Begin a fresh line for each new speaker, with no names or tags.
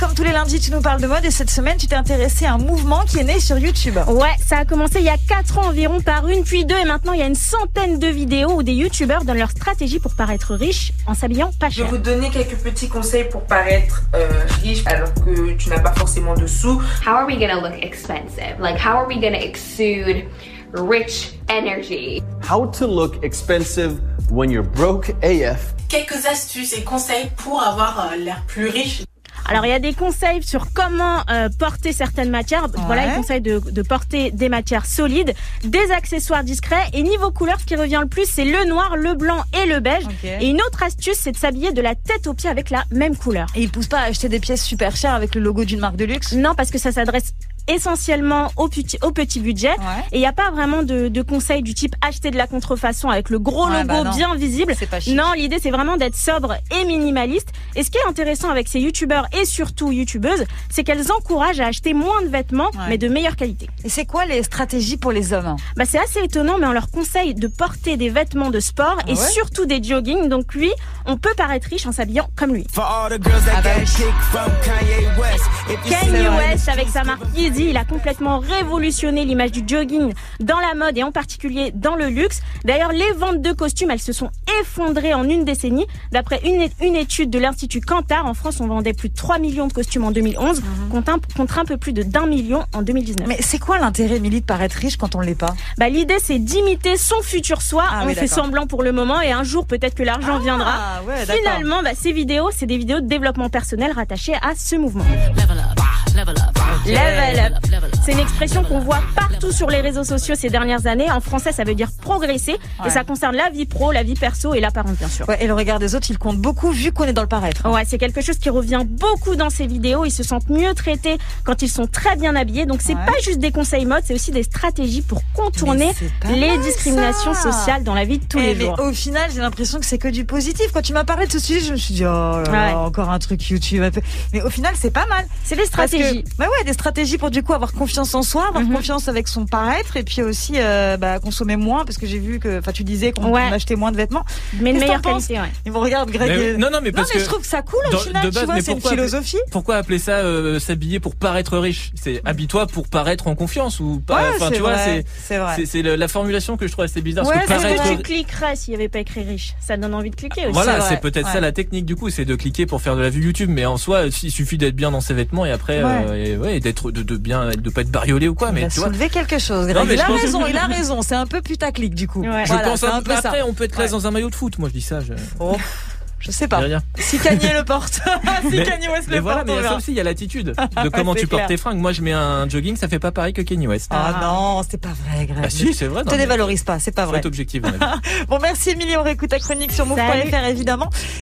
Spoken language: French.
comme tous les lundis, tu nous parles de mode et cette semaine, tu t'es intéressé à un mouvement qui est né sur YouTube.
Ouais, ça a commencé il y a 4 ans environ par une puis deux et maintenant il y a une centaine de vidéos où des youtubeurs donnent leur stratégie pour paraître riche en s'habillant pas
Je vais
cher.
vous donner quelques petits conseils pour paraître euh, riche alors que tu n'as pas forcément de sous.
How are we gonna look expensive? Like, how are we gonna exude rich energy?
How to look expensive when you're broke AF
quelques astuces et conseils pour avoir euh, l'air plus riche.
Alors il y a des conseils sur comment euh, porter certaines matières. Voilà, ils conseillent de, de porter des matières solides, des accessoires discrets et niveau couleur, ce qui revient le plus, c'est le noir, le blanc et le beige.
Ok.
Et une autre astuce, c'est de s'habiller de la tête aux pieds avec la même couleur.
Et ils poussent pas à acheter des pièces super chères avec le logo d'une marque de luxe.
Non, parce que ça s'adresse essentiellement au petit, au petit budget.
Ouais.
Et il n'y a pas vraiment de, de conseils du type acheter de la contrefaçon avec le gros
Ouais, bah
logo
non.
bien visible.
C'est pas chic.
Non, l'idée c'est vraiment d'être sobre et minimaliste. Et ce qui est intéressant avec ces youtubeurs et surtout youtubeuses, c'est qu'elles encouragent à acheter moins de vêtements,
Ouais.
mais de meilleure qualité.
Et c'est quoi les stratégies pour les hommes
Bah, c'est assez étonnant, mais on leur conseille de porter des vêtements de sport
Ah
et
ouais
surtout des joggings. Donc lui, on peut paraître riche en s'habillant comme lui.
For all the girls that got kick from Kanye West. If you see
Kanye
them-
West avec sa marque Yeezy, il a complètement révolutionné l'image du jogging dans la mode et en particulier dans le luxe. D'ailleurs, les ventes de costumes, elles se sont effondrées en une décennie. D'après une, é- une étude de l'Institut Kantar, en France, on vendait plus de 3 millions de costumes en 2011 contre, un, contre un peu plus de d'un million en 2019.
Mais c'est quoi l'intérêt, Émilie, de paraître riche quand on l'est pas
Bah, L'idée, c'est d'imiter son futur soi.
Ah
on
oui,
fait
d'accord.
semblant pour le moment et un jour, peut-être que l'argent viendra.
Ah ouais,
Finalement, bah, ces vidéos, c'est des vidéos de développement personnel rattachées à ce mouvement. Level up. C'est une expression qu'on voit partout sur les réseaux sociaux ces dernières années. En français, ça veut dire progresser.
Ouais.
Et ça concerne la vie pro, la vie perso et l'apparence, bien sûr.
Ouais, et le regard des autres, il compte beaucoup vu qu'on est dans le paraître.
Ouais, c'est quelque chose qui revient beaucoup dans ces vidéos. Ils se sentent mieux traités quand ils sont très bien habillés. Donc, c'est
Ouais.
pas juste des conseils mode, c'est aussi des stratégies pour contourner
Mais c'est pas
les
mal,
discriminations
ça.
sociales dans la vie de tous
Eh,
les
mais
jours.
au final, j'ai l'impression que c'est que du positif. Quand tu m'as parlé de ce sujet, je me suis dit, oh là là,
Ouais.
encore un truc YouTube. Mais au final, c'est pas mal.
C'est des
Parce que-
stratégies.
bah ouais, des stratégies pour du coup avoir confiance en soi, avoir
Mhm.
confiance avec son paraître et puis aussi euh, bah, consommer moins parce que j'ai vu que, enfin, tu disais qu'on
Ouais.
on achetait moins de vêtements.
Mais
Qu'est-ce
de meilleure
que t'en penses
qualité, ouais.
Ils vont regarder Greg.
Mais-
et-
non, non, mais parce
mais
que-
je trouve que ça cool au
Dans-
final.
de
tu
base,
vois,
mais
c'est une
pourquoi-
philosophie.
Pourquoi appeler ça euh, s'habiller pour paraître riche C'est habille-toi pour paraître en confiance ou pas
Ouais,
Enfin,
c'est
tu vois,
vrai,
c'est
c'est vrai.
c'est- ah, c'est le- la formulation que je trouve assez bizarre.
Ouais,
parce que
c'est vrai.
Est-ce que tu
paraître
cliqueras s'il n'y avait pas écrit riche Ça donne envie de cliquer aussi.
voilà,
vrai,
c'est peut-être
ouais.
ça la technique du coup, c'est de cliquer pour faire de la vue YouTube, mais en soi, il suffit d'être bien dans ses vêtements et après, euh, et ouais, et d'être de, de bien, de pas être bariolé ou quoi,
il
mais
a
tu vois.
soulevé quelque chose. Greg.
Non, mais
il
je
a
pense-
raison, il a raison. C'est un peu putaclic du coup.
Ouais.
Je
Voilà,
pense
c'est un
un
peu ça.
après, on peut être classe dans un maillot de foot. Moi, je dis ça, je
Oh, je sais
je
pas.
dis rien.
Si Kanye le porte, si
Mais-
Kanye West
Mais
le
voilà,
porte,
mais il y
on
a ça
verra.
aussi, il y a l'attitude de comment
C'est
tu portes
clair.
tes fringues. Moi, je mets un jogging, ça fait pas pareil que Kanye West.
Ah non, c'est pas vrai, Greg.
Ah si, c'est vrai.
Te
non, mais
dévalorise pas, c'est pas
faut
vrai.
être objectif. dans la vie.
Bon, merci Émilie, on réécoute ta chronique sur move.fr évidemment.